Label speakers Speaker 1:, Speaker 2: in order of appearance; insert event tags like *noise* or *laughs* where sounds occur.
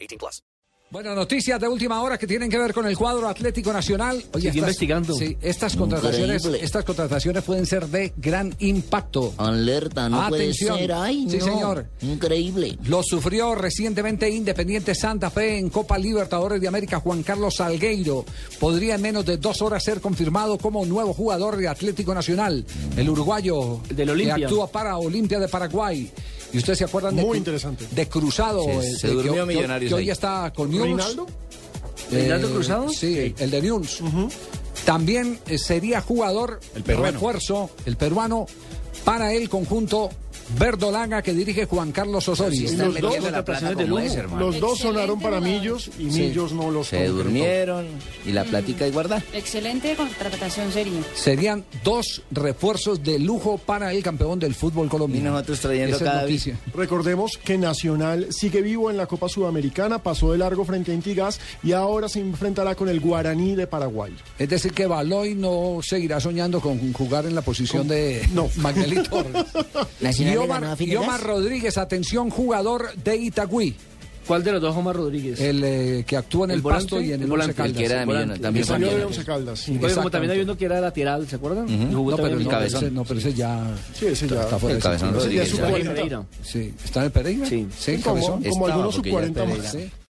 Speaker 1: 18 plus.
Speaker 2: Bueno, noticias de última hora que tienen que ver con el cuadro Atlético Nacional. Oye,
Speaker 3: Sigue investigando.
Speaker 2: sí, estas contrataciones,
Speaker 4: Increíble.
Speaker 2: estas contrataciones pueden ser de gran impacto.
Speaker 4: Alerta, no
Speaker 2: Atención.
Speaker 4: puede ser. Ay,
Speaker 2: Sí,
Speaker 4: no.
Speaker 2: señor.
Speaker 4: Increíble.
Speaker 2: Lo sufrió recientemente Independiente Santa Fe en Copa Libertadores de América Juan Carlos Salgueiro. Podría en menos de dos horas ser confirmado como nuevo jugador de Atlético Nacional. El uruguayo
Speaker 3: El del
Speaker 2: que
Speaker 3: Olimpia.
Speaker 2: actúa para Olimpia de Paraguay. Y ustedes se acuerdan de,
Speaker 5: Muy
Speaker 2: Cru-
Speaker 5: interesante.
Speaker 2: de Cruzado.
Speaker 3: Sí,
Speaker 2: eh,
Speaker 3: se
Speaker 2: que-
Speaker 3: durmió
Speaker 2: que- que-
Speaker 3: Millonarios
Speaker 2: que hoy
Speaker 3: ahí.
Speaker 2: está con Newell's. Eh,
Speaker 5: ¿Reinaldo?
Speaker 3: ¿Reinaldo Cruzado?
Speaker 2: Sí, el de Nunes. También eh, sería jugador, el refuerzo, el peruano, para el conjunto verdolaga que dirige Juan Carlos Osorio.
Speaker 5: Los dos, los dos sonaron para Millos y Millos no los
Speaker 6: Se
Speaker 5: concretó.
Speaker 6: durmieron y la plática ahí guardada.
Speaker 7: Excelente contratación sería.
Speaker 2: Serían dos refuerzos de lujo para el campeón del fútbol
Speaker 6: Y
Speaker 2: colombiano.
Speaker 6: nosotros trayendo
Speaker 2: Esa es
Speaker 6: cada
Speaker 2: noticia.
Speaker 5: Recordemos que Nacional sigue vivo en la Copa Sudamericana, pasó de largo frente a Intigas y ahora se enfrentará con el Guaraní de Paraguay.
Speaker 2: Es decir, que Baloy no seguirá soñando con jugar en la posición de
Speaker 5: No.
Speaker 2: Magnelli
Speaker 5: *laughs*
Speaker 2: Torres.
Speaker 4: Nacional
Speaker 2: Y
Speaker 4: le ganó
Speaker 2: Omar,
Speaker 4: a Finigas.
Speaker 2: y Omar Rodríguez, atención, jugador de Itagüí,
Speaker 3: ¿Cuál de los dos, Omar Rodríguez?
Speaker 2: el eh, que actúa en el,
Speaker 3: volante,
Speaker 2: pasto y en el,
Speaker 3: el volante,
Speaker 2: Once Caldas.
Speaker 6: que era de
Speaker 3: Volante.
Speaker 6: Millonarios, también
Speaker 3: Esa
Speaker 6: fue
Speaker 5: Salió de
Speaker 6: Millonarios.
Speaker 5: Once Caldas.
Speaker 3: Oye, como también
Speaker 2: Exactamente.
Speaker 3: hay uno que era lateral, ¿se acuerdan? Y jugó
Speaker 2: No,
Speaker 3: también
Speaker 2: pero
Speaker 3: en
Speaker 2: no,
Speaker 3: Millonarios.
Speaker 6: cabezón.
Speaker 2: ese, no, pero ese ya
Speaker 5: Sí, ese ya.
Speaker 2: está fuera
Speaker 6: El
Speaker 2: de ese
Speaker 6: cabezón
Speaker 2: programa.
Speaker 5: Ese ya es
Speaker 3: Está
Speaker 6: Rodríguez.
Speaker 5: su
Speaker 3: en
Speaker 5: 40.
Speaker 3: Pereira.
Speaker 2: Sí, ¿está en el Pereira?
Speaker 3: Sí.
Speaker 5: Como,
Speaker 2: cabezón.
Speaker 5: como
Speaker 6: Estaba,
Speaker 5: algunos su
Speaker 6: porque ya
Speaker 5: 40 más.
Speaker 6: Pereira.
Speaker 2: Sí.